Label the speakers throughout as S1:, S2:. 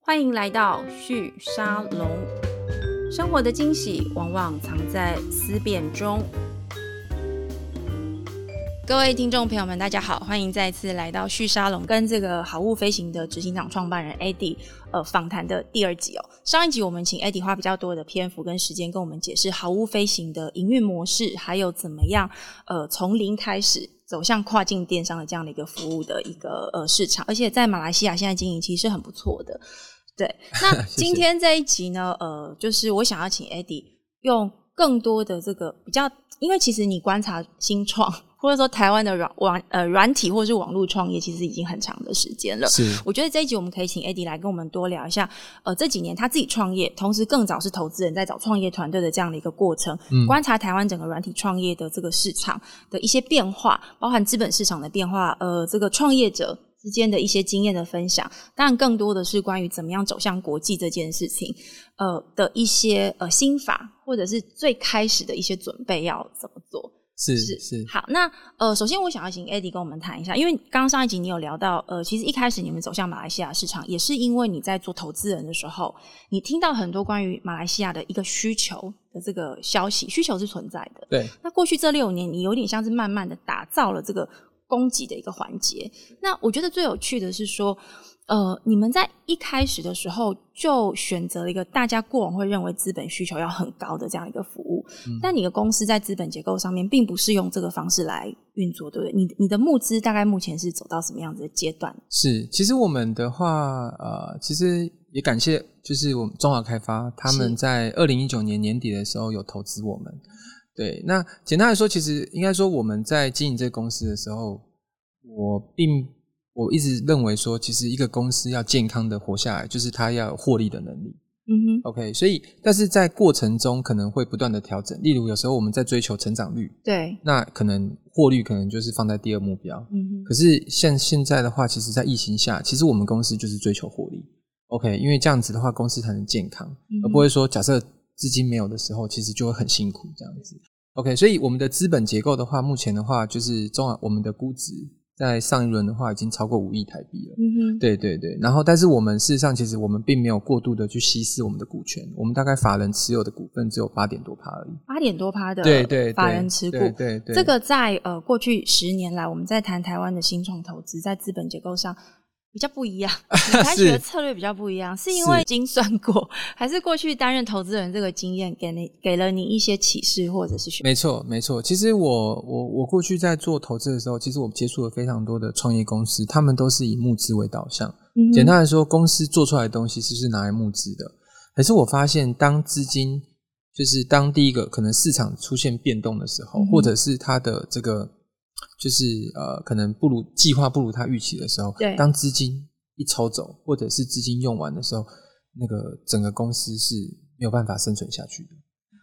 S1: 欢迎来到旭沙龙。生活的惊喜往往藏在思辨中。各位听众朋友们，大家好，欢迎再次来到旭沙龙，跟这个好物飞行的执行长创办人 Eddie 呃访谈的第二集哦。上一集我们请 Eddie 花比较多的篇幅跟时间跟我们解释好物飞行的营运模式，还有怎么样呃从零开始走向跨境电商的这样的一个服务的一个呃市场，而且在马来西亚现在经营其实是很不错的。对，那
S2: 谢谢
S1: 今天这一集呢，呃，就是我想要请 Eddie 用更多的这个比较，因为其实你观察新创或者说台湾的软网呃软体或者是网络创业，其实已经很长的时间了。
S2: 是
S1: 我觉得这一集我们可以请 Eddie 来跟我们多聊一下，呃，这几年他自己创业，同时更早是投资人在找创业团队的这样的一个过程，
S2: 嗯
S1: 观察台湾整个软体创业的这个市场的一些变化，包含资本市场的变化，呃，这个创业者。之间的一些经验的分享，当然更多的是关于怎么样走向国际这件事情，呃的一些呃心法，或者是最开始的一些准备要怎么做。
S2: 是
S1: 是
S2: 是，
S1: 好，那呃，首先我想要请 Eddie 跟我们谈一下，因为刚刚上一集你有聊到，呃，其实一开始你们走向马来西亚市场，也是因为你在做投资人的时候，你听到很多关于马来西亚的一个需求的这个消息，需求是存在的。
S2: 对，
S1: 那过去这六年，你有点像是慢慢的打造了这个供给的一个环节。那我觉得最有趣的是说，呃，你们在一开始的时候就选择了一个大家过往会认为资本需求要很高的这样一个服务，
S2: 嗯
S1: 但你的公司在资本结构上面并不是用这个方式来运作，对不对？你你的募资大概目前是走到什么样子的阶段？
S2: 是。其实我们的话，呃，其实也感谢，就是我们中华开发他
S1: 是
S2: 们在二零一九年年底的时候有投资我们。对，那简单来说，其实应该说我们在经营这个公司的时候，我并我一直认为说，其实一个公司要健康的活下来，就是它要有获利的能力。
S1: 嗯哼，
S2: OK，所以但是在过程中可能会不断的调整，例如有时候我们在追求成长率，
S1: 对，
S2: 那可能获利可能就是放在第二目标。
S1: 嗯
S2: 可是像现在的话，其实，在疫情下，其实我们公司就是追求获利，OK，因为这样子的话，公司才能健康，
S1: 哼，
S2: 而呃不会说假设资金没有的时候，其实就会很辛苦这样子。OK，所以我们的资本结构的话，目前的话就是中华我们的估值在上一轮的话已经超过五亿台币了。
S1: 嗯哼，
S2: 对对对，然后但是我们事实上其实我们并没有过度的去稀释我们的股权，我们大概法人持有的股份只有八点多趴而已。
S1: 八点多趴的
S2: 对对，
S1: 法
S2: 对
S1: 人持股，
S2: 对对对，
S1: 这个在呃过去十年来，我们在谈台湾的新创投资，在资本结构上比较不一 样，你采取的策略比较不一样，是因为精算过，还是过去担任投资人这个经验给你给了你一些启示或者是选？
S2: 没错，没错。其实我我我过去在做投资的时候，其实我接触了非常多的创业公司，他们都是以募资为导向。
S1: 嗯哼
S2: 简单来说，公司做出来的东西是不是拿来募资的？可是我发现，当资金就是当第一个可能市场出现变动的时候，
S1: 嗯哼
S2: 或者是它的这个就是呃，可能不如计划不如他预期的时候，
S1: 对
S2: 当资金一抽走，或者是资金用完的时候，那个整个公司是没有办法生存下去的。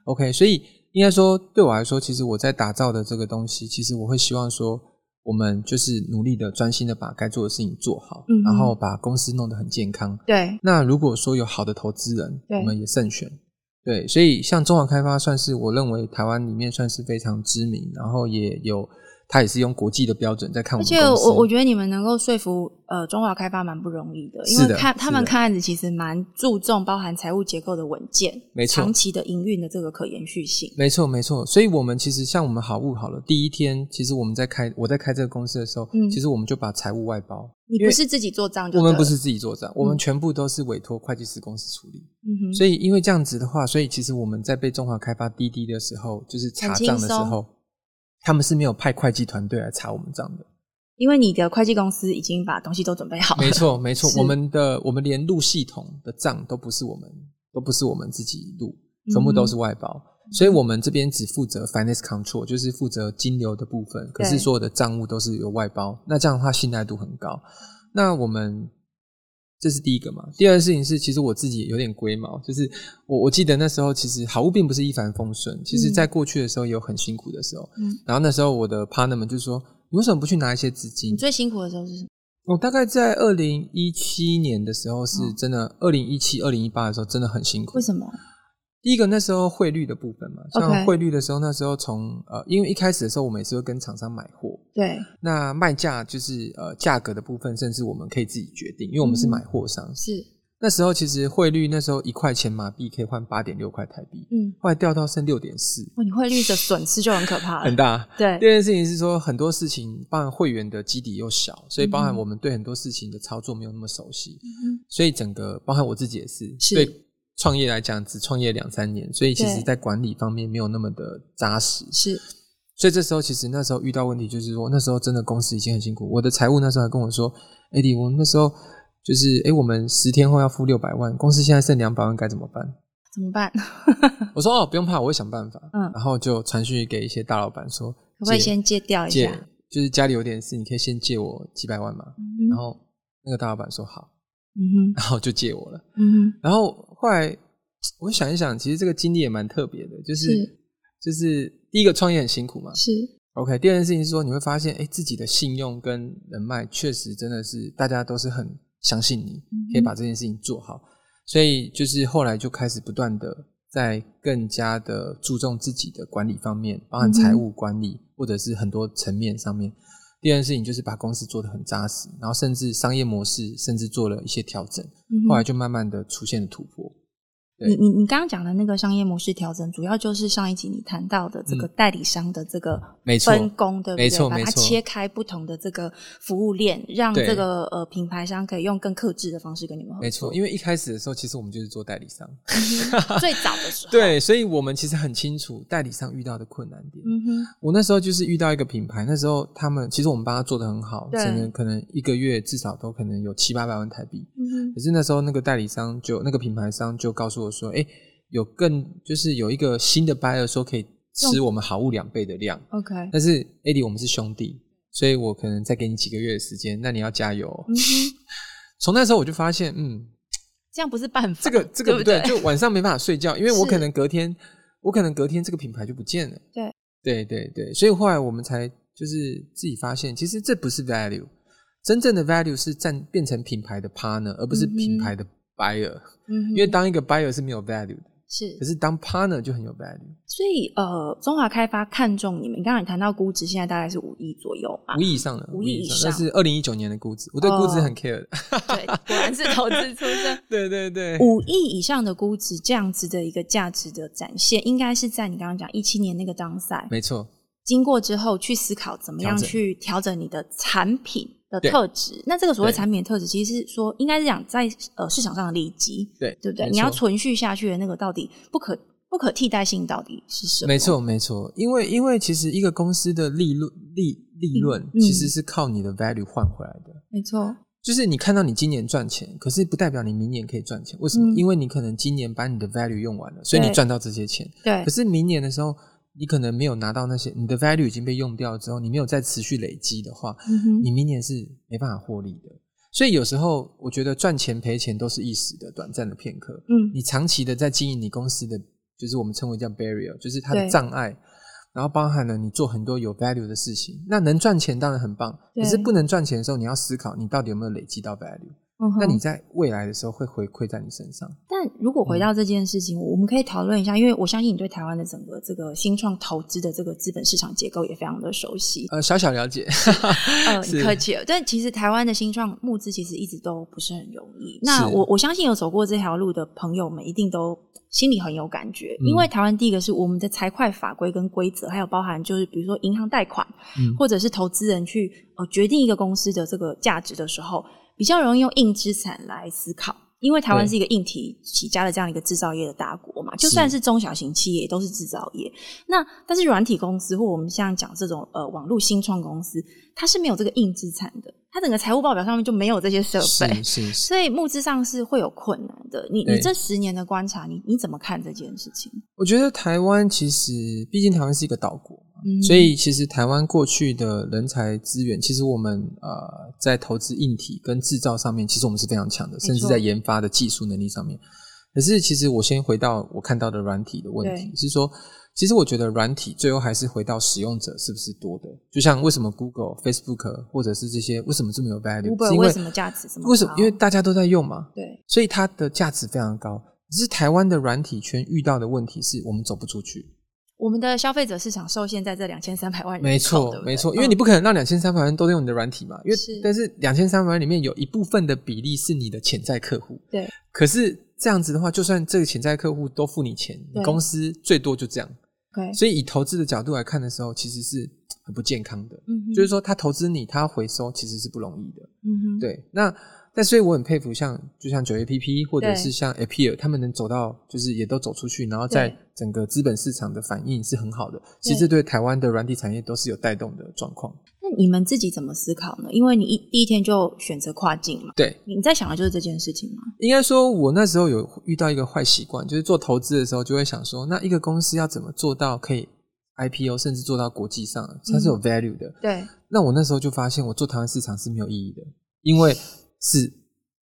S2: OK，所以应该说，对我来说，其实我在打造的这个东西，其实我会希望说，我们就是努力的、专心的把该做的事情做好，
S1: 嗯哼
S2: 然后把公司弄得很健康。
S1: 对，
S2: 那如果说有好的投资人，
S1: 对
S2: 我们也慎选。对，所以像中华开发算是我认为台湾里面算是非常知名，然后也有它也是用国际的标准在看我
S1: 而
S2: 们
S1: 且
S2: 公司。
S1: 我我觉得你们能够说服呃中华开发蛮不容易的，因
S2: 是
S1: 为
S2: 的
S1: 看
S2: 是的
S1: 他们看案子其实蛮注重包含财务结构的稳健，
S2: 没错
S1: 长期的营运的这个可延续性。
S2: 没错，没错。所以，我们其实像我们好物好了，第一天，其实我们在开我在开这个公司的时候，
S1: 嗯
S2: 其实我们就把财务外包，
S1: 你不是自己做账就
S2: 我
S1: 对
S2: 们不
S1: 了，
S2: 是自己做账，我们全部都是委托会计师公司处理。
S1: 嗯哼，
S2: 所以，因为这样子的话，所以其实我们在被中华开发滴滴的时候，就是查账的时
S1: 很轻
S2: 候，他们是没有派会计团队来查我们账 的。
S1: 因为你的会计公司已经把东西都准备好了，
S2: 没错，没错
S1: 是，
S2: 我们的我们连录系统的账都不是我们，都不是我们自己录，全
S1: 嗯
S2: 部都是外包。所以我们这边只负责 finance control，就是负责金流的部分，可
S1: 对
S2: 是所有的账务都是由外包。那这样的话，信赖度很高。那我们这是第一个嘛。第二个事情是，其实我自己有点龟毛，就是我我记得那时候其实好物并不是一帆风顺，其实
S1: 嗯
S2: 在过去的时候也有很辛苦的时候。
S1: 嗯
S2: 然后那时候我的 partner 们就说：“你为什么不去拿一些资金？”
S1: 你最辛苦的时候是什么？
S2: 我大概在二零一七年的时候，是
S1: 嗯
S2: 真的，二零一七、二零一八的时候真的很辛苦。
S1: 为什么？
S2: 第一个那时候汇率的部分嘛，像
S1: OK
S2: 汇率的时候，那时候从呃，因为一开始的时候我们也是会跟厂商买货，
S1: 对，嗯
S2: 那卖价就是呃价格的部分，甚至我们可以自己决定，因为我们是买货商。
S1: 是
S2: 那时候其实汇率那时候一块钱马币可以换八点六块台币，
S1: 嗯，
S2: 后来掉到剩六点四，
S1: 哇，你汇率的损失就很可怕
S2: 很
S1: 了。
S2: 大。
S1: 对
S2: 第，二件事情是说，很多事情包含会员的基底又小，所以包含
S1: 嗯
S2: 我们对很多事情的操作没有那么熟悉，所以整个包含我自己也是，
S1: 是
S2: 对创业来讲只创业两三年，所以其实
S1: 对
S2: 在管理方面没有那么的扎实。
S1: 是，
S2: 所以这时候其实那时候遇到问题就是说，那时候真的公司已经很辛苦。我的财务那时候还跟我说，Eddie，我们那时候就是，哎，我们十天后要付六百万，公司现在剩两百万，该怎么办？
S1: 怎么办？可
S2: 我说哦，不用怕，我会想办法。
S1: 嗯
S2: 然后就传讯给一些大老板说，
S1: 不可以
S2: 姐
S1: 先借调一
S2: 啊借
S1: 下？，
S2: 就是家里有点事，你可以先借我几百万嘛。
S1: 嗯
S2: 然
S1: 哼
S2: 后那个大老板说好，
S1: 嗯哼
S2: 然后就借我了。
S1: 嗯哼，
S2: 然后后来我想一想，其实这个经历也蛮特别的，就是
S1: 是
S2: 就是第一个创业很辛苦嘛，
S1: 是，
S2: OK，第二件事情是说，你会发现，哎，自己的信用跟人脉确实真的是大家都是很相信你，
S1: 嗯
S2: 可以把这件事情做好。所以就是后来就开始不断的在更加的注重自己的管理方面，包
S1: 嗯
S2: 含财务管理、或者是很多层面上面。第二件事情就是把公司做得很扎实，然后甚至商业模式甚至做了一些调整，
S1: 嗯哼
S2: 后来就慢慢的出现了突破。对
S1: 你你你刚刚讲的那个商业模式调整，主要就是上一集你谈到的这个代理商的这个
S2: 嗯没错
S1: 分工，对不对？
S2: 没错
S1: 把它
S2: 没错
S1: 切开不同的这个服务链，让
S2: 对
S1: 这个呃品牌商可以用更克制的方式跟你们合作。
S2: 没错，因为一开始的时候，其实我们就是做代 理商，
S1: 最早的时候，，
S2: 对，所以我们其实很清楚代理商遇到的困难点。
S1: 嗯哼，
S2: 我那时候就是遇到一个品牌，那时候他们其实我们帮他做的很好，
S1: 对
S2: 可能可能一个月至少都可能有七八百万台币。
S1: 嗯 哼，
S2: 可是那时候那个代理商就那个品牌商就告诉我说，哎，有更就是有一个新的 buyer 说可以吃我们好物两倍的量，
S1: OK，嗯
S2: 但是 a d 我们是兄弟，所以我可能再给你几个月的时间，那你要加油。哦
S1: 嗯哼，
S2: 从那时候我就发现，嗯，
S1: 这样不是办法，
S2: 这 个这个
S1: 对
S2: 不
S1: 不
S2: 对，
S1: 对
S2: 就晚上没办法睡觉，因为我
S1: 是
S2: 可能隔天，我可能隔天这个品牌就不见了。
S1: 对，
S2: 对对对，所以后来我们才就是自己发现，其实这不是 value，真正的 value 是占变成品牌的 partner，而不是
S1: 嗯哼
S2: 品牌的 buyer，、
S1: 嗯哼，
S2: 因为当一个 buyer 是没有 value 的，
S1: 是
S2: 可是当 partner 就很有 value。
S1: 所以呃，中华开发看中你们，刚刚也谈到估值现在大概是五亿左右嘛
S2: 无，意义上的，
S1: 啊无
S2: 无
S1: 意
S2: 意义
S1: 以
S2: 上，那
S1: 上
S2: 是二零一九年的估值，我对估值
S1: 哦
S2: 很 care 的。
S1: 对，果然是投资出身。
S2: 对对对，
S1: 五亿以上的估值，这样子的一个价值的展现，应该是在你刚刚讲一七年那个当赛
S2: 没错，
S1: 经过之后，去思考怎么样
S2: 调整
S1: 去调整你的产品的
S2: 对
S1: 特质。那这个所谓
S2: 对
S1: 产品的特质，其实是说，应该是讲在呃市场上的利基，
S2: 对
S1: 对不
S2: 没
S1: 对？
S2: 错
S1: 你要存续下去的那个到底不可不可替代性到底是什么？
S2: 没，错，没错，因为因为其实一个公司的利润利利润
S1: 嗯
S2: 其实是靠你的 value 换回来的。
S1: 没错，
S2: 就是你看到你今年赚钱，可是不代表你明年可以赚钱。为什么？
S1: 嗯
S2: 因为你可能今年把你的 value 用完了，所以你
S1: 对
S2: 赚到这些钱。
S1: 对
S2: 可，是明年的时候，你可能没有拿到那些，你的 value 已经被用掉之后，你没有再持续累积的话，
S1: 嗯哼
S2: 你明年是没办法获利的。所以有时候我觉得赚钱赔钱都是一时的、短暂的片刻。
S1: 嗯
S2: 你长期的在经营你公司的，就是我们称为叫 barrier，就是它的
S1: 对
S2: 障碍，然后包含了你做很多有 value 的事情。那能赚钱当然很棒，
S1: 对
S2: 可是不能赚钱的时候，你要思考你到底有没有累积到 value。
S1: 嗯哼
S2: 那你嗯在未来的时候会回馈在你身上。
S1: 但如果回到这件事情，我们可以讨论一下，因为我相信你对台湾的整个这个新创投资的这个资本市场结构也非常的熟悉。
S2: 呃，小小了解，
S1: 呃，
S2: 是
S1: 你客气了。但其实台湾的新创募资其实一直都不是很容易。那
S2: 是
S1: 我我相信有走过这条路的朋友们，一定都心里很有感觉，
S2: 嗯
S1: 因为台湾第一个是我们的财会法规跟规则，还有包含就是比如说银行贷款，
S2: 嗯
S1: 或者是投资人去呃决定一个公司的这个价值的时候，比较容易用硬资产来思考。因为台湾
S2: 对
S1: 是一个硬体起家的这样一个制造业的大国嘛，就算是中小型企业也都是制造业。那但是软体公司或我们现在讲这种呃网络新创公司，它是没有这个硬资产的，它整个财务报表上面就没有这些设备
S2: 是，是是。
S1: 所以募资上是会有困难的。你你
S2: 对
S1: 这十年的观察，你你怎么看这件事情？
S2: 我觉得台湾其实，毕竟台湾是一个岛国嘛，
S1: 嗯
S2: 所以其实台湾过去的人才资源，其实我们呃在投资硬体跟制造上面，其实我们是非常强的，
S1: 错
S2: 甚至在研发的技术能力上面。可是其实我先回到我看到的软体的问题，是说，其实我觉得软体最后还是回到使用者是不是多的，就像为什么 Google、Facebook 或者是这些为什么这么有 value，是
S1: Uber
S2: 因为
S1: 为什么价值这么高？
S2: 为什么？因为大家都在用嘛，
S1: 对，
S2: 所以它的价值非常高。只是台湾的软体圈遇到的问题是我们走不出去，
S1: 我们的消费者市场受限在这两千三百万人口，
S2: 没错，
S1: 对不对
S2: 没错，因为你不可能让两千三百人都用你的软体嘛，因为
S1: 嗯是
S2: 但是两千三百人里面有一部分的比例是你的潜在客户，
S1: 对。
S2: 可是这样子的话，就算这个潜在客户都付你钱，你
S1: 对
S2: 公司最多就这样。
S1: 对，
S2: 所以以投资的角度来看的时候，其实是很不健康的。
S1: 嗯哼
S2: 就是，说，他投资你，他回收其实是不容易的。
S1: 嗯哼，
S2: 对，那但所以我很佩服像就像九 A P P 或者
S1: 对
S2: 是像 Appear，他们能走到就是也都走出去，然后在
S1: 对
S2: 整个资本市场的反应是很好的。其实这对台湾的软体产业都是有带动的状况。
S1: 那你们自己怎么思考呢？因为你一第一天就选择跨境嘛，
S2: 对，
S1: 你在想的就是这件事情嘛。
S2: 应该说我那时候有遇到一个坏习惯，就是做投资的时候就会想说，那一个公司要怎么做到可以 I P O，甚至做到国际上，它是有
S1: 嗯
S2: value 的。
S1: 对，
S2: 那我那时候就发现，我做台湾市场是没有意义的，因为是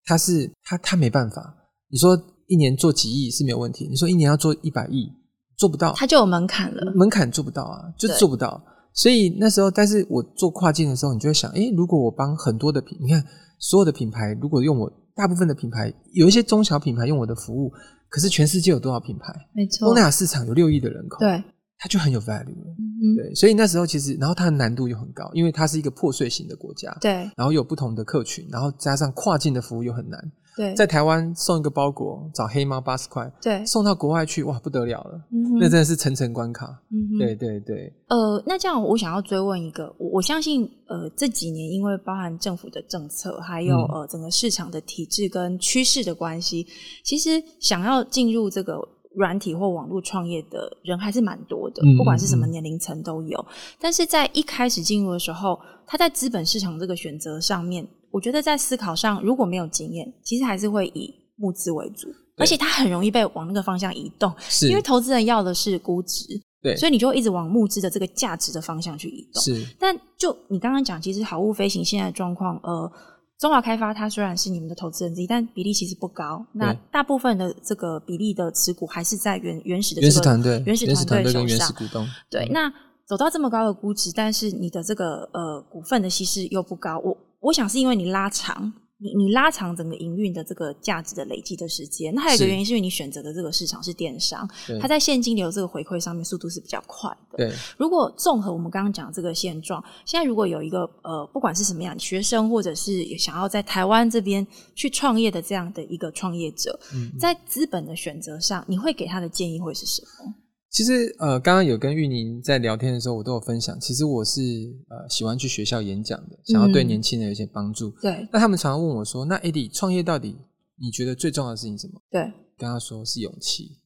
S2: 它是它它没办法。你说一年做几亿是没有问题，你说一年要做一百亿做不到，
S1: 它就有门槛了。
S2: 门槛做不到啊，就
S1: 对
S2: 做不到。所以那时候，但是我做跨境的时候，你就会想，诶，如果我帮很多的品，你看所有的品牌，如果用我大部分的品牌，有一些中小品牌用我的服务，可是全世界有多少品牌？
S1: 没
S2: 东
S1: 错
S2: 南，亚市场有六亿的人口，
S1: 对，，
S2: 它就很有 value 了。
S1: 嗯哼，
S2: 对，所以那时候其实，然后它的难度又很高，因为它是一个破碎型的国家，
S1: 对
S2: 然后有不同的客群，然后加上跨境的服务又很难。
S1: 对
S2: 在台湾送一个包裹找黑猫八十块，
S1: 对，
S2: 送到国外去哇不得了了，
S1: 嗯哼
S2: 那真的是层层关卡。
S1: 嗯哼
S2: 对对对，
S1: 呃，那这样我想要追问一个，我我相信呃这几年因为包含政府的政策，还有、
S2: 嗯
S1: 呃整个市场的体制跟趋势的关系，其实想要进入这个软体或网络创业的人还是蛮多的，
S2: 嗯
S1: 不管是什么
S2: 嗯嗯
S1: 年龄层都有。但是在一开始进入的时候，他在资本市场这个选择上面，我觉得在思考上如果没有经验，其实还是会以募资为主。而且它很容易被往那个方向移动，
S2: 是
S1: 因为投资人要的是估值，
S2: 对
S1: 所以你就会一直往募资的这个价值的方向去移动。
S2: 是
S1: 但就你刚刚讲，其实好物飞行现在的状况，呃，中华开发它虽然是你们的投资人之一，但比例其实不高。那
S2: 对
S1: 大部分的这个比例的持股还是在原原始的、这个、
S2: 原始团队、
S1: 原始
S2: 原
S1: 团
S2: 始团队
S1: 手
S2: 跟原
S1: 上
S2: 始。股东，
S1: 对，
S2: 嗯
S1: 那走到这么高的估值，但是你的这个呃股份的稀释又不高，我我想是因为你拉长，你你拉长整个营运的这个价值的累积的时间。那还有一个
S2: 是
S1: 原因是因为你选择的这个市场是电商
S2: 对，
S1: 它在现金流这个回馈上面速度是比较快的。
S2: 对
S1: 如果综合我们刚刚讲的这个现状，现在如果有一个呃，不管是什么样学生，或者是想要在台湾这边去创业的这样的一个创业者，
S2: 嗯嗯
S1: 在资本的选择上，你会给他的建议会是什么？
S2: 其实呃，刚刚有跟玉宁在聊天的时候，我都有分享。其实我是呃喜欢去学校演讲的，想要对
S1: 嗯
S2: 年轻人有一些帮助。
S1: 对
S2: 那他们常常问我说：“那 AD 创业到底你觉得最重要的事情是什么
S1: 对，？”
S2: 跟他说是勇气，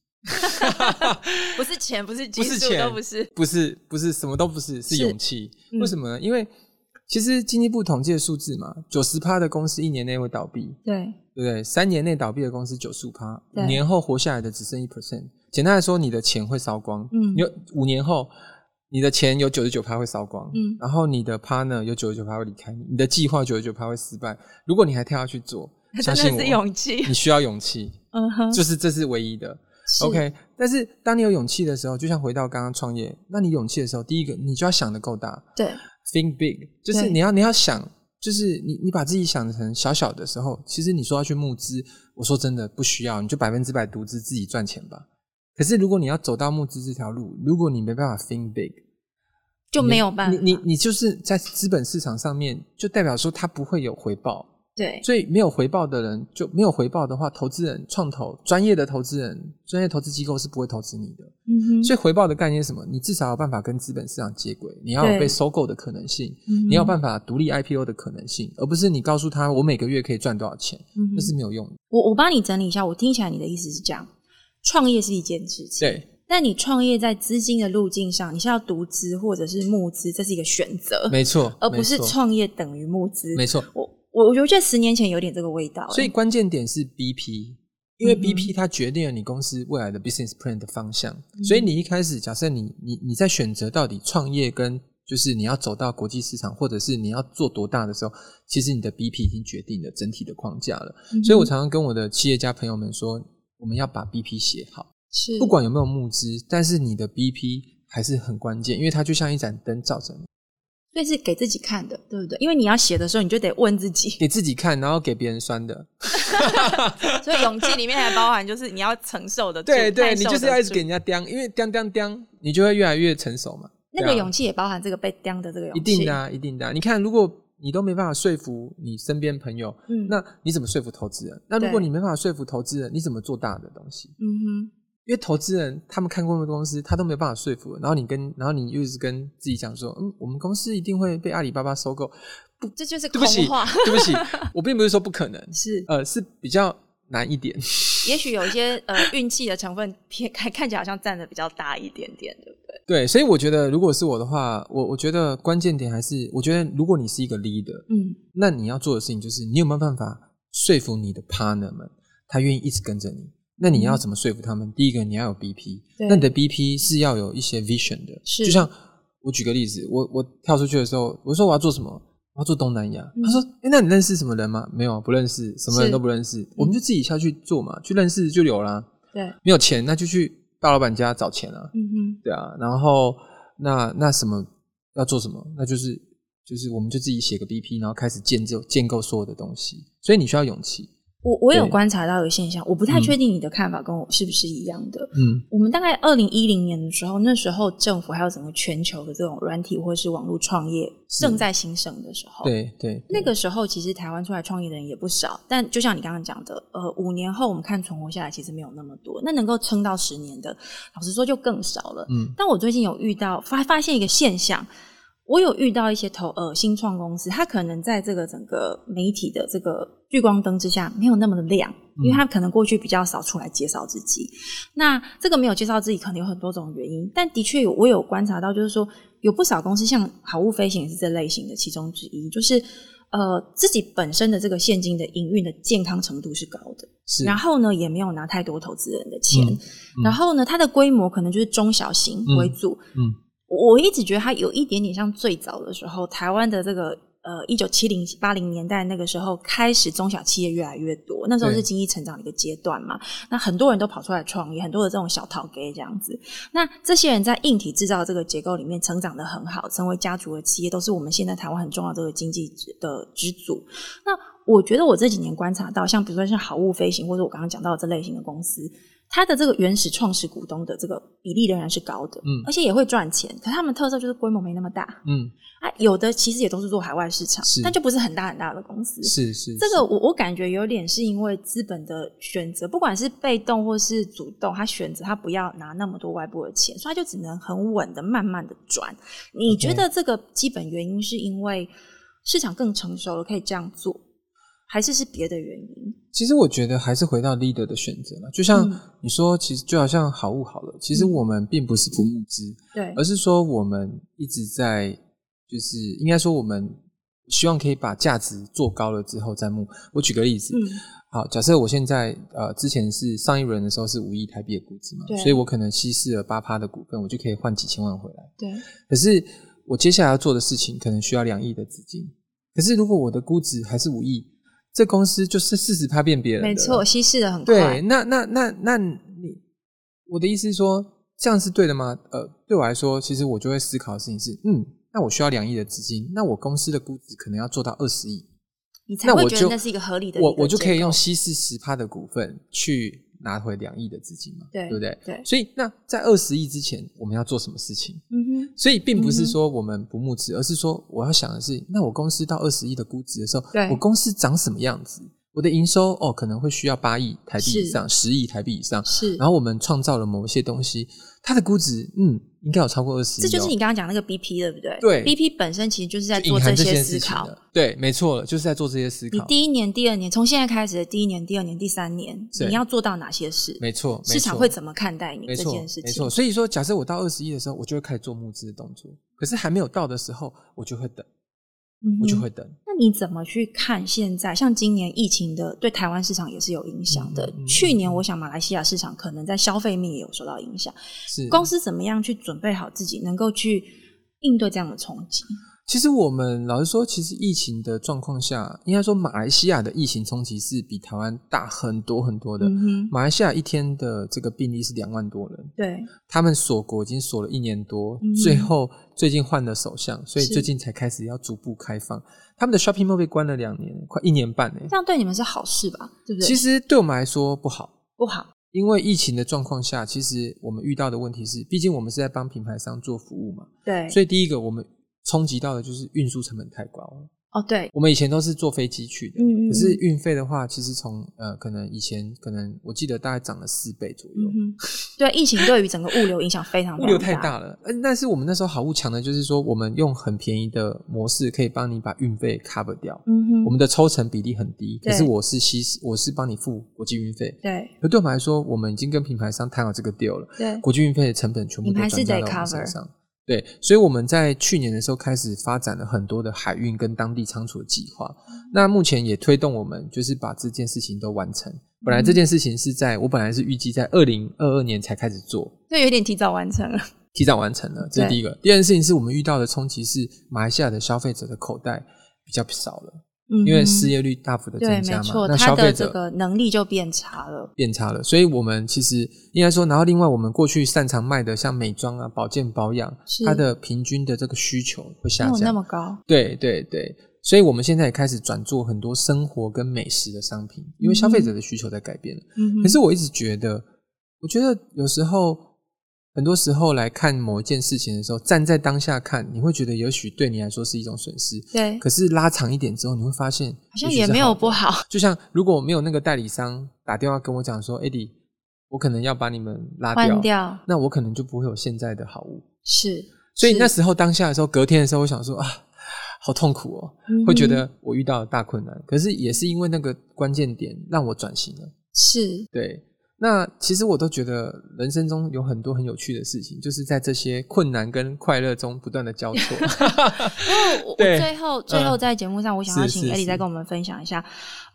S1: 不是钱，不是技
S2: 不是钱
S1: 是。
S2: 不是不是什么都不是，是
S1: 是
S2: 勇气。
S1: 嗯
S2: 为什么呢？因为其实经济部统计的数字嘛，九十趴的公司一年内会倒闭，
S1: 对
S2: 对不对？三年内倒闭的公司九十五趴，
S1: 对
S2: 五年后活下来的只剩一 percent。简单来说，你的钱会烧光。
S1: 嗯
S2: 你有五年后，你的钱有九十九趴会烧光。
S1: 嗯
S2: 然后你的 partner 有九十九趴会离开你，你的计划九十九趴会失败。如果你还跳下去 做，相信我，
S1: 气。
S2: 你需要勇气，
S1: 嗯哼
S2: 就是这是唯一的。
S1: 是
S2: OK，但是当你有勇气的时候，就像回到刚刚创业，那你勇气的时候，第一个你就要想的够大，
S1: 对
S2: think big，就是
S1: 对
S2: 你要你要想，就是你你把自己想成小小的时候，其实你说要去募资，我说真的不需要，你就百分之百独资自己赚钱吧。可是如果你要走到募资这条路，如果你没办法 think big，
S1: 就没有办法。
S2: 你你你就是在资本市场上面，就代表说它不会有回报，
S1: 对
S2: 所以没有回报的人就没有回报的话，投资人、创投、专业的投资人、专业投资机构是不会投资你的。
S1: 嗯哼
S2: 所以回报的概念是什么？你至少有办法跟资本市场接轨，你要有
S1: 对
S2: 被收购的可能性，
S1: 嗯哼
S2: 你要有办法独立 IPO 的可能性，而不是你告诉他我每个月可以赚多少钱，
S1: 嗯哼
S2: 那是没有用的。
S1: 我我帮你整理一下，我听起来你的意思是这样：创业是一件事情，
S2: 对，
S1: 但你创业在资金的路径上，你是要独资或者是募资，这是一个选择，
S2: 没错，
S1: 而不是
S2: 没错
S1: 创业等于募资。
S2: 没错。
S1: 我我我觉得十年前有点这个味道、欸
S2: 所以关键点是 BP，因为
S1: 嗯哼
S2: BP 它决定了你公司未来的 business plan 的方向。
S1: 嗯
S2: 所以你一开始假设你你你在选择到底创业跟就是你要走到国际市场，或者是你要做多大的时候，其实你的 BP 已经决定了整体的框架了。
S1: 嗯哼
S2: 所以我常常跟我的企业家朋友们说，我们要把 BP 写好。
S1: 是
S2: 不管有没有募资，但是你的 BP 还是很关键，因为它就像一盏灯照着你，
S1: 所以是给自己看的，对不对？因为你要写的时候，你就得问自 己。
S2: 给自己看，然后给别人酸的。
S1: 所以勇气里面还包含就是你要承受的住
S2: 对对，
S1: 耐
S2: 你
S1: 受
S2: 就是
S1: 得
S2: 要一直
S1: 住
S2: 给人家刁，因为刁刁刁，你就会越来越成熟嘛。
S1: 那
S2: 对
S1: 个
S2: 啊
S1: 勇气也包含这个被刁的这个勇
S2: 一
S1: 气，
S2: 定的、啊，一定的啊、你看，如果你都没办法说服你身边朋友，
S1: 嗯，
S2: 那你怎么说服投资人？那如果
S1: 对
S2: 你没办法说服投资人，你怎么做大的东西？
S1: 嗯
S2: 因为投资人他们看过的公司，他都没有办法说服。然后你跟，然后你又一直跟自己讲说，嗯，我们公司一定会被阿里巴巴收购。
S1: 哼，这就是
S2: 对
S1: 空
S2: 不起
S1: 话，，
S2: 对不起，我并不是说不 可能，
S1: 是，
S2: 呃，是比较难一点。
S1: 也许有一些呃运气的成分，偏看看起来好像占的比较大一点点，对不对？
S2: 对，所以我觉得，如果是我的话，我我觉得关键点还是，我觉得如果你是一个 leader，
S1: 嗯，
S2: 那你要做的事情就是，你有没有办法说服你的 partner 们，他愿意一直跟着你？那你要
S1: 嗯
S2: 怎么说服他们？第一个，你要有 BP，
S1: 对
S2: 那你的 BP 是要有一些 vision 的。
S1: 是
S2: 就像我举个例子，我我跳出去的时候，我说我要做什么？我要做东南亚。
S1: 嗯
S2: 他说：“哎、那你认识什么人吗？没有，不认识，什么人
S1: 是
S2: 都不认识。我们就自己下去做嘛，去认识就有啦。
S1: 对，
S2: 没有钱，那就去大老板家找钱啊。
S1: 嗯哼，
S2: 对啊，然后那那什么要做什么？那就是就是我们就自己写个 BP，然后开始建构建构所有的东西。所以你需要勇气。
S1: 我我有
S2: 对
S1: 观察到一个现象，我不太
S2: 嗯
S1: 确定你的看法跟我是不是一样的。
S2: 嗯
S1: 我们大概二零一零年的时候，那时候政府还有整个全球的这种软体或是网络创业正在兴盛的时候，
S2: 对对，
S1: 哦那个时候其实台湾出来创业的人也不少，但就像你刚刚讲的，呃，五年后我们看存活下来其实没有那么多，那能够撑到十年的，老实说就更少了。
S2: 嗯
S1: 但我最近有遇到发发现一个现象，我有遇到一些投呃新创公司，它可能在这个整个媒体的这个聚光灯之下没有那么的亮，因为它可能过去比较少出来介绍自己。那这个没有介绍自己，可能有很多种原因，但的确有我有观察到，就是说有不少公司，像好物飞行也是这类型的其中之一，就是。呃，自己本身的这个现金的营运的健康程度是高的，
S2: 是，
S1: 然后呢，也没有拿太多投资人的钱，
S2: 嗯嗯
S1: 然后呢，它的规模可能就是中小型为主。
S2: 嗯
S1: 我我一直觉得它有一点点像最早的时候台湾的这个呃一九七零八零年代那个时候开始中小企业越来越多，那时候
S2: 对
S1: 是经济成长的一个阶段嘛。那很多人都跑出来创业，很多的这种小淘 gay 这样子。那这些人在硬体制造这个结构里面成长的很好，成为家族的企业，都是我们现在台湾很重要的这个经济支的支柱。那我觉得我这几年观察到，像比如说像好物飞行，或者我刚刚讲到的这类型的公司，它的这个原始创始股东的这个比例仍然是高的，
S2: 嗯
S1: 而且也会赚钱，可他们特色就是规模没那么大
S2: 嗯
S1: 啊。有的其实也都是做海外市场
S2: 是，
S1: 但就不是很大很大的公司。
S2: 是是
S1: 这个
S2: 是
S1: 我我感觉有点是因为资本的选择，不管是被动或是主动，他选择他不要拿那么多外部的钱，所以他就只能很稳的慢慢的转。你
S2: OK
S1: 觉得这个基本原因是因为市场更成熟了，可以这样做，还是是别的原因？
S2: 其实我觉得还是回到 leader 的选择嘛，就像
S1: 嗯
S2: 你说，其实就好像好物好了，其实
S1: 嗯
S2: 我们并不是不募资，
S1: 对
S2: 而是说我们一直在，就是应该说我们希望可以把价值做高了之后再募。我举个例子，
S1: 嗯
S2: 好，假设我现在呃之前是上一轮的时候是五亿台币的估值嘛
S1: 对，
S2: 所以我可能稀释了八趴的股份，我就可以换几千万回来。
S1: 对，
S2: 可是我接下来要做的事情可能需要两亿的资金，可是如果我的估值还是五亿，这公司就是四十趴变别人的了
S1: 没错，稀释的很
S2: 对，
S1: 快，
S2: 那那那那你，我的意思是说，这样是对的吗？呃，对我来说，其实我就会思考的事情是，嗯，那我需要两亿的资金，那我公司的估值可能要做到二十亿，
S1: 你才
S2: 那
S1: 会
S2: 我
S1: 觉得
S2: 就
S1: 那是一个合理的一个
S2: 我我就可
S1: 结
S2: 以
S1: 构
S2: 用稀释十趴的股份去拿回两亿的资金嘛，
S1: 对
S2: 不对？
S1: 对，
S2: 所以那在二十亿之前，我们要做什么事情？
S1: 嗯哼，
S2: 所以并不
S1: 嗯
S2: 是
S1: 哼
S2: 说我们不募资，而是说我要想的是，那我公司到二十亿的估值的时候
S1: 对，
S2: 我公司长什么样子？我的营收哦，可能会需要八亿台币以上、十亿台币以上。
S1: 是。
S2: 然后我们创造了某一些东西，它的估值嗯，应该有超过二十亿哦、
S1: 这就是你刚刚讲那个 BP 对不对？
S2: 对
S1: ，BP 本身其实就是在
S2: 就
S1: 做
S2: 隐含这
S1: 些
S2: 件
S1: 思
S2: 事情
S1: 考，
S2: 的。对，没错了，就是在做这些思
S1: 你
S2: 考。
S1: 第一年、第二年，从现在开始的第一年、第二年、第三年，
S2: 对
S1: 你要做到哪些事？
S2: 没错，没错
S1: 市场会怎么看待你
S2: 没
S1: 这
S2: 错
S1: 件事，
S2: 没
S1: 情
S2: 错。？所以说，假设我到二十亿的时候，我就会开始做募资的动作。可是还没有到的时候，我就会等，
S1: 嗯哼
S2: 我就会等。
S1: 那你怎么去看现在？像今年疫情的对台湾市场也是有影响的。
S2: 嗯嗯
S1: 去年我想马来西亚市场可能在消费面也有受到影响。
S2: 是
S1: 公司怎么样去准备好自己，能够去应对这样的冲击？
S2: 其实我们老实说，其实疫情的状况下，应该说马来西亚的疫情冲击是比台湾大很多很多的。
S1: 嗯哼，
S2: 马来西亚一天的这个病例是两万多人，
S1: 对，
S2: 他们锁国已经锁了一年多，
S1: 嗯
S2: 最后最近换了首相，所以
S1: 是
S2: 最近才开始要逐步开放。他们的 shopping mall 被关了两年，快一年半呢欸
S1: 这。样对你们是好事吧？对不对？
S2: 其
S1: 实
S2: 实对我们来说不好，
S1: 不好，
S2: 因为疫情的状况下，其实我们遇到的问题是，毕竟我们是在帮品牌商做服务嘛，
S1: 对，
S2: 所以第一个我们冲击到的就是运输成本太高了。
S1: 哦，对，
S2: 我们以前都是坐飞机去的，
S1: 嗯嗯
S2: 可是运费的话，其实从呃，可能以前可能我记得大概涨了四倍左右，
S1: 嗯哼，对，疫情对于整个物流影响非常非
S2: 物
S1: 常
S2: 流太，大了。嗯、但是我们那时候好物强的就是说，我们用很便宜的模式可以帮你把运费 cover 掉，
S1: 嗯哼，
S2: 我们的抽成比例很低，可
S1: 对
S2: 是我是吸我是帮你付国际运费。
S1: 对
S2: 可对我们来说，我们已经跟品牌商谈好这个 deal 了，
S1: 对
S2: 国际运费的成本全部
S1: 品
S2: 都
S1: 牌
S2: 转
S1: 是
S2: 嫁
S1: 得
S2: 到我们身
S1: cover
S2: 上。对，所以我们在去年的时候开始发展了很多的海运跟当地仓储的计划。
S1: 嗯
S2: 那目前也推动我们就是把这件事情都完成。本来
S1: 嗯
S2: 这件事情是在我本来是预计在二零二二年才开始做，
S1: 对，有点提早完成了，
S2: 提早完成了，这
S1: 对
S2: 是第一个。第二件事情是我们遇到的冲击是马来西亚的消费者的口袋比较少了，
S1: 嗯哼，
S2: 因为失业率大幅的
S1: 嗯对，
S2: 增
S1: 没
S2: 加嘛
S1: 错，，
S2: 那
S1: 他
S2: 消
S1: 的
S2: 费
S1: 这
S2: 者
S1: 个能力就变差了，
S2: 变差了。所以我们其实应该说，然后另外我们过去擅长卖的像美妆啊、保健保养
S1: 是，
S2: 它的平均的这个需求会
S1: 没
S2: 下
S1: 有那
S2: 降。
S1: 么高，
S2: 对对对，所以我们现在也开始转做很多生活跟美食的商品，因为消费者的需求在改变了。
S1: 嗯哼，
S2: 可是我一直觉得，我觉得有时候，很多时候来看某一件事情的时候，站在当下看，你会觉得也许对你来说是一种损失。
S1: 对，好
S2: 可是拉长一点之后，你会发现好
S1: 像也没有不
S2: 好的。
S1: 好，
S2: 就像如果没有那个代理商打电话跟我讲说 e d d i 我可能要把你们拉掉，
S1: 换掉
S2: 那我可能就不会有现在的好物。
S1: 是，
S2: 所以
S1: 是
S2: 那时候当下的时候，隔天的时候，我想说啊，好痛苦哦，
S1: 嗯
S2: 会觉
S1: 哼
S2: 得我遇到了大困难。可是也是因为那个关键点让我转型了。
S1: 是，
S2: 对，那其实我都觉得人生中有很多很有趣的事情，就是在这些困难跟快乐中不断的交 错。
S1: 因为我我
S2: 对嗯
S1: 最后最后在节目上，我想要
S2: 是
S1: 请
S2: 是
S1: e d
S2: 是
S1: 再跟我们分享一下，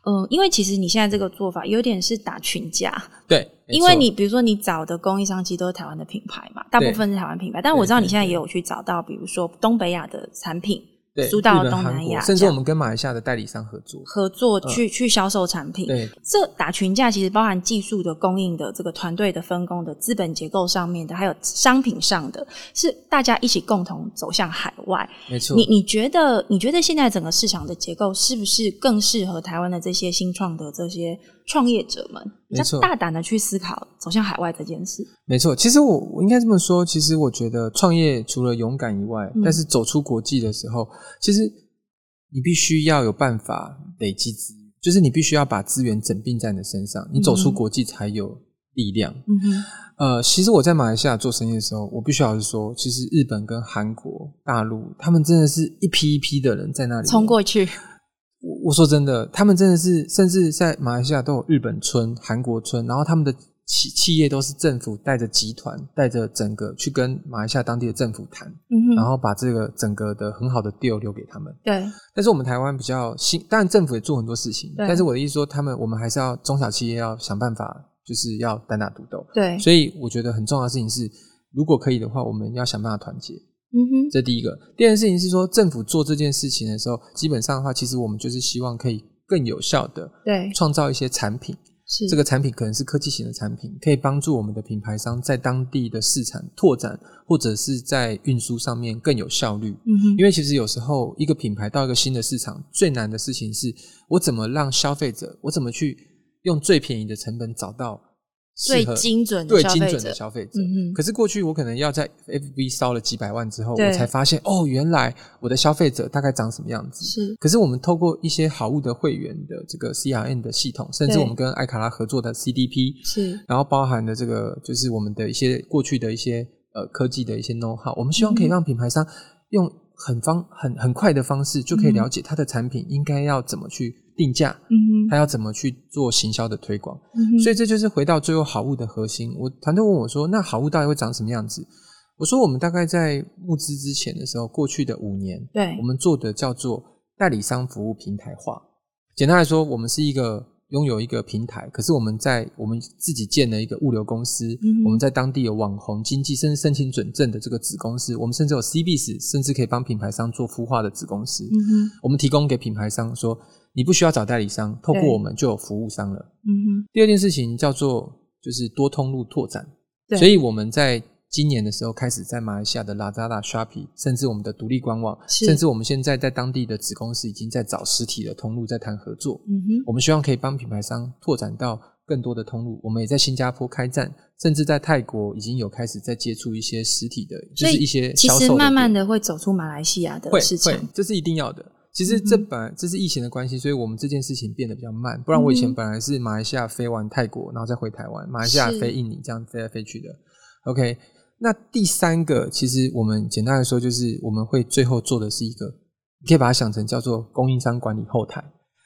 S1: 嗯，因为其实你现在这个做法有点是打群架，
S2: 对，没
S1: 因为
S2: 错
S1: 你比如说你找的供应商其实都是台湾的品牌嘛，大部分是台湾品牌，但我知道你现在也有去找到，比如说东北亚的产品
S2: 对
S1: 疏导
S2: 日本
S1: 东
S2: 韩
S1: 南
S2: 国
S1: 亚
S2: 甚
S1: 这
S2: 至
S1: 样
S2: 我们跟马来西亚的代理商合作。
S1: 合作去、去销售产品。
S2: 嗯对，
S1: 这打群架其实包含技术的供应的这个团队的分工的资本结构上面的，还有商品上的，是大家一起共同走向海外。
S2: 没错
S1: 你。你觉得你觉得现在整个市场的结构是不是更适合台湾的这些新创的这些创业者们，比
S2: 没
S1: 较
S2: 错
S1: 大胆的去思考走向海外这件事？
S2: 没错，其实我我应该这么说，其实我觉得创业除了勇敢以外，
S1: 嗯
S2: 但是走出国际的时候，其实你必须要有办法累积资源，就是你必须要把资源整并在你的身上，你走出
S1: 嗯
S2: 国际才有力量。
S1: 嗯哼，
S2: 呃，其实我在马来西亚做生意的时候，我必须老实说，其实日本跟韩国、大陆，他们真的是一批一批的人在那里
S1: 冲。过去。
S2: 我我说真的，他们真的是，甚至在马来西亚都有日本村、韩国村，然后他们的企企业都是政府带着集团、带着整个去跟马来西亚当地的政府谈，
S1: 嗯
S2: 然
S1: 哼，
S2: 后把这个整个的很好的 deal 留给他们。
S1: 对，
S2: 但是我们台湾比较新，当然政府也做很多事情，
S1: 对
S2: 但是我的意思说，他们我们还是要中小企业要想办法，就是要单打独斗。
S1: 对，
S2: 所以我觉得很重要的事情是，如果可以的话，我们要想办法团结，
S1: 嗯哼，
S2: 这第一个。第二件事情是说，政府做这件事情的时候，基本上的话，其实我们就是希望可以更有效的
S1: 对，嗯
S2: 创造一些产品，
S1: 是
S2: 这个产品可能是科技型的产品，可以帮助我们的品牌商在当地的市场拓展，或者是在运输上面更有效率。
S1: 嗯哼，
S2: 因为其实有时候一个品牌到一个新的市场，最难的事情是我怎么让消费者，我怎么去用最便宜的成本找到适
S1: 最
S2: 合
S1: 精准的
S2: 对
S1: 消
S2: 精
S1: 费
S2: 准的
S1: 者，
S2: 消费者。
S1: 嗯哼，
S2: 可是过去我可能要在 FB 烧了几百万之后，
S1: 对
S2: 我才发现哦，原来我的消费者大概长什么样子。
S1: 是，
S2: 可是我们透过一些好物的会员的这个 CRM 的系统，甚至
S1: 对
S2: 我们跟艾卡拉合作的 CDP，
S1: 是，
S2: 然后包含的这个就是我们的一些过去的一些呃科技的一些 know how，我们希望可以
S1: 嗯
S2: 让品牌商用很方很很快的方式就可以
S1: 嗯
S2: 了解它的产品应该要怎么去定价，
S1: 嗯
S2: 它要怎么去做行销的推广。
S1: 哼，嗯哼，
S2: 所以
S1: 以
S2: 这就是回到最后好物的核心。我团队问我说：“那好物到底会长什么样子？”我说：“我们大概在募资之前的时候，过去的五年，
S1: 对
S2: 我，们做的叫做代理商服务平台化。简单来说，我们是一个拥有一个平台，可是我们在我们自己建了一个物流公司，
S1: 嗯哼
S2: 我们在当地有网红经济，甚至申请准证的这个子公司，我们甚至有 CBS，甚至可以帮品牌商做孵化的子公司。
S1: 嗯哼，
S2: 我们提供给品牌商说，你不需要找代理商，透过
S1: 对
S2: 我们就有服务商了。”
S1: 嗯哼，
S2: 第二件事情叫做就是多通路拓展，
S1: 对
S2: 所以我们在今年的时候开始在马来西亚的 Lazada、Shopee，甚至我们的独立官网，
S1: 是
S2: 甚至我们现在在当地的子公司已经在找实体的通路在谈合作。
S1: 嗯哼，
S2: 我们希望可以帮品牌商拓展到更多的通路。我们也在新加坡开站，甚至在泰国已经有开始在接触一些实体的，就
S1: 所以
S2: 是一些
S1: 其
S2: 销
S1: 实
S2: 售
S1: 慢慢
S2: 的
S1: 的会走出马来西亚的
S2: 会
S1: 市
S2: 会
S1: 场，，
S2: 这是一定要的。其实这
S1: 嗯
S2: 本来这是疫情的关系，所以我们这件事情变得比较慢。不然我以前
S1: 嗯
S2: 本来是马来西亚飞完泰国，然后再回台湾，马来西亚
S1: 是
S2: 飞印尼这样飞来飞去的。OK，那第三个其实我们简单来说就是我们会最后做的是一个，你可以把它想成叫做供应商管理后台。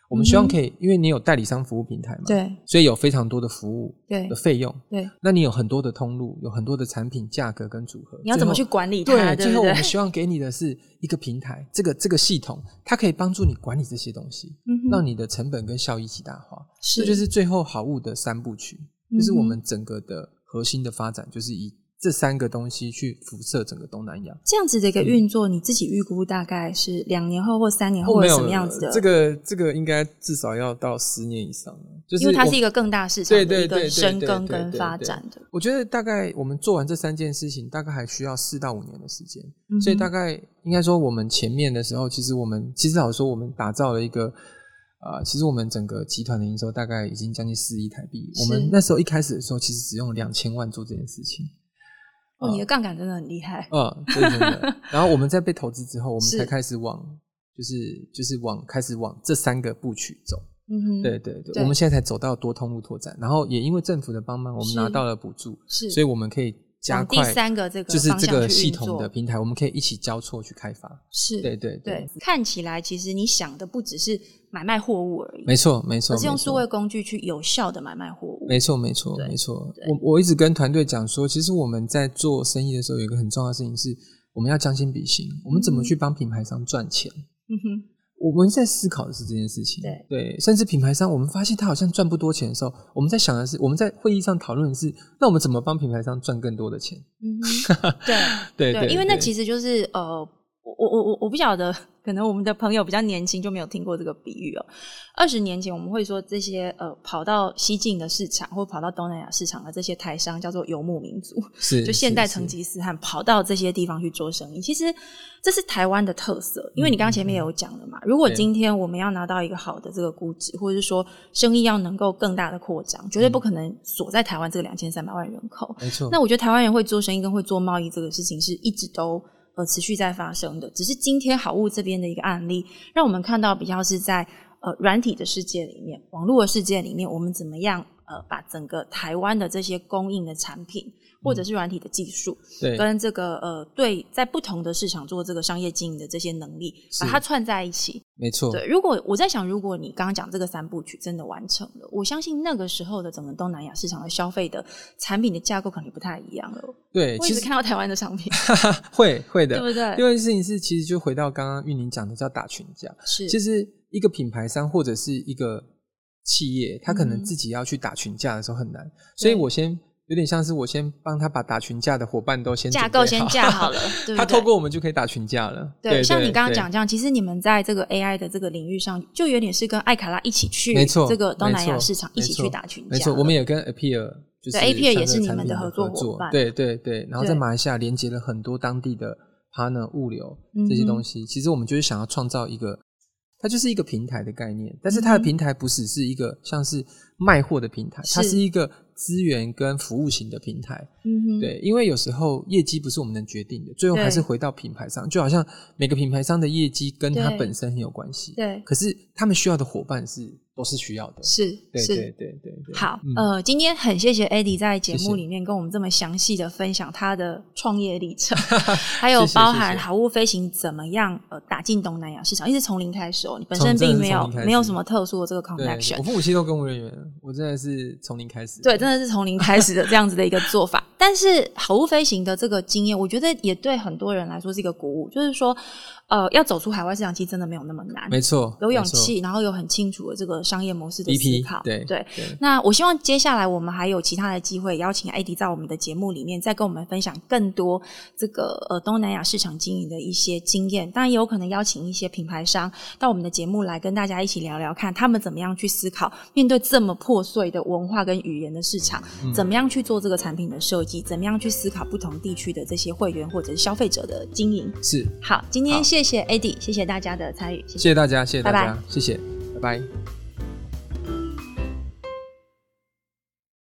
S2: 我们希望
S1: 嗯哼
S2: 可以，因为你有代理商服务平台嘛，，
S1: 对
S2: 所以有非常多的服务
S1: 对
S2: 的费用，
S1: 对，
S2: 那你有很多的通路，有很多的产品价格跟组合，
S1: 你要怎么
S2: 最后
S1: 去管理它，
S2: 对，
S1: 对
S2: 最后
S1: 不
S2: 我
S1: 对？
S2: 们希望给你的是一个平台，这个这个系统，它可以帮助你管理这些东西，
S1: 嗯哼
S2: 让你的成本跟效益极大化。
S1: 是嗯
S2: 这就是最后好物的三部曲，就是我们整个的核心的发展，就是以这三个东西去辐射整个东南亚。
S1: 这样子的
S2: 嗯
S1: 一个运作，你自己预估大概是两年后或三年后会
S2: 哦没
S1: 有
S2: 有
S1: 什么样子的？
S2: 这个这个应该至少要到十年以上了，就是
S1: 因为它
S2: 我
S1: 是一个更大市场的
S2: 对对
S1: 一
S2: 对
S1: 个
S2: 对
S1: 深
S2: 对
S1: 耕
S2: 对
S1: 跟
S2: 对
S1: 发
S2: 对
S1: 展的，
S2: 我觉得大概我们做完这三件事情，大概还需要四到五年的时间。
S1: 嗯哼
S2: 所以大概应该说，我们前面的时候，其实我们其实老实说，我们打造了一个，呃，其实我们整个集团的营收大概已经将近四亿台币。
S1: 是嗯
S2: 我们那时候一开始的时候，其实只用两千万做这件事情。
S1: 哦，
S2: 啊
S1: 你的杠杆真的很厉害。
S2: 嗯，对真的。 然后我们在被投资之后，我们
S1: 是
S2: 才开始往，就是就是往开始往这三个部曲走。
S1: 嗯哼，
S2: 对，对对，
S1: 对
S2: 我们现在才走到多通路拓展，然后也因为政府的帮忙，我们
S1: 是
S2: 拿到了补助，
S1: 是。
S2: 所以我们可以加
S1: 往第
S2: 快。
S1: 三个这个
S2: 就是
S1: 方
S2: 这
S1: 向
S2: 个
S1: 去
S2: 系
S1: 运
S2: 统
S1: 作
S2: 的平台，我们可以一起交错去开发。
S1: 是
S2: 对嗯对
S1: 对，看起来其实你想的不只是买卖货物而已，
S2: 没错没错，
S1: 而是用
S2: 没
S1: 数
S2: 错
S1: 位工具去有效的买卖货物。
S2: 没错，没错，
S1: 对
S2: 没错
S1: 对。
S2: 我我一直跟团队讲说，其实我们在做生意的时候，有一个很重要的事情是，我们要将心比心，我们怎么去帮品牌商赚钱？
S1: 嗯哼，
S2: 我们在思考的是这件事情。
S1: 对
S2: 甚至品牌商，我们发现他好像赚不多钱的时候，我们在想的是，我们在会议上讨论的是，那我们怎么帮品牌商赚更多的钱？
S1: 嗯 哼，对
S2: 对
S1: 对，因为那
S2: 对
S1: 其实就是呃，我我我我我不晓得，可能我们的朋友比较年轻就没有听过这个比喻哦。二十年前我们会说这些呃跑到西进的市场或跑到东南亚市场的这些台商叫做游牧民族，
S2: 是
S1: 就现代
S2: 是
S1: 成
S2: 是
S1: 吉思汗跑到这些地方去做生意，其实这是台湾的特色。因为你刚刚前面也有讲了嘛，如果
S2: 嗯对
S1: 今天我们要拿到一个好的这个估值，或者是说生意要能够更大的扩张，绝对
S2: 嗯
S1: 不可能锁在台湾这个两千三百万人口。
S2: 没错。
S1: 那我觉得台湾人会做生意跟会做贸易这个事情是一直都呃持续在发生的，只是今天好物这边的一个案例，让我们看到比较是在呃软体的世界里面、网络的世界里面，我们怎么样呃把整个台湾的这些供应的产品或者是软体的技术，
S2: 嗯对
S1: 跟这个呃对在不同的市场做这个商业经营的这些能力，
S2: 是
S1: 把它串在一起，
S2: 没错，
S1: 对，如果我在想，如果你刚刚讲这个三部曲真的完成了，我相信那个时候的整个东南亚市场的消费的产品的架构可能不太一样了。
S2: 对，
S1: 我
S2: 其
S1: 一直
S2: 实啊
S1: 看到台湾的商品，
S2: 会会
S1: 对
S2: 的。
S1: 不对
S2: 第？二件事情是，其实就回到刚刚玉宁讲的，叫打群架。
S1: 是，
S2: 其实一个品牌商或者是一个企业，他可
S1: 嗯
S2: 能自己要去打群架的时候很难，所以我先有点像是我先帮他把打群架的伙伴都先
S1: 架
S2: 准备
S1: 构先
S2: 好
S1: 架好 了，对不对？
S2: 他透过我们就可以打群架了。
S1: 对，像你刚刚
S2: 对
S1: 讲这样，其实你们在这个 AI 的这个领域上，就有点是跟艾卡拉一起去，
S2: 没错
S1: 这个东南亚
S2: 没错
S1: 市场一起
S2: 没
S1: 去
S2: 错
S1: 打群架了。
S2: 没错，我们也跟 Appear 就是
S1: 对，Appear 也
S2: 像这
S1: 是
S2: 个
S1: 你
S2: 产
S1: 们的
S2: 品
S1: 合
S2: 合
S1: 作伙伴
S2: 对对对。然后在
S1: 对
S2: 马来西亚连接了很多当地的 partner 物流
S1: 嗯哼
S2: 这些东西，其实我们就是想要创造一个。它就是一个平台的概念，但是它的
S1: 嗯哼
S2: 平台不只是一个像是卖货的平台，它
S1: 是
S2: 是一个资源跟服务型的平台。
S1: 嗯哼，
S2: 对，因为有时候业绩不是我们能决定的，最后
S1: 对
S2: 还是回到品牌上，就好像每个品牌商的业绩跟它
S1: 对
S2: 本身很有关系。
S1: 对，
S2: 可是他们需要的伙伴是都是需要的。
S1: 是
S2: 对
S1: 是
S2: 对对对对。
S1: 好，
S2: 嗯
S1: 呃，今天很谢谢 Eddie 在节
S2: 谢
S1: 目
S2: 谢
S1: 里面跟我们这么详细的分享他的创业历 程，还有
S2: 谢谢
S1: 包含
S2: 谢谢
S1: 好物飞行怎么样呃打进东南亚市场，一直从零开始哦，你本
S2: 从
S1: 身
S2: 真的
S1: 并
S2: 是
S1: 没
S2: 从
S1: 有
S2: 零开
S1: 没有
S2: 始
S1: 什么特殊的这个
S2: 对，对
S1: connection
S2: 我。父母亲都跟我有缘分，我真的是从零开始。
S1: 对，真的是从零开始的这样子的一个做法。但是好物飞行的这个经验，我觉得也对很多人来说是一个鼓舞，就是说，呃，要走出海外市场，其实真的没有那么难，
S2: 没错，
S1: 有勇
S2: 没错
S1: 气，然后有很清楚的这个商业模式的思考。
S2: ，BP 对
S1: 对，
S2: 对，
S1: 那我希望接下来我们还有其他的机会，邀请艾迪在我们的节目里面再跟我们分享更多这个呃东南亚市场经营的一些经验。当然，也有可能邀请一些品牌商到我们的节目来跟大家一起聊聊，看他们怎么样去思考面对这么破碎的文化跟语言的市场，
S2: 嗯
S1: 怎么样去做这个产品的设计，怎么样去思考不同地区的这些会员或者是消费者的经营。
S2: 是，
S1: 好，今天
S2: 好
S1: 谢谢艾迪，谢谢大家的参与，谢
S2: 谢谢大家，谢谢大
S1: 拜拜
S2: 家，谢谢，拜拜。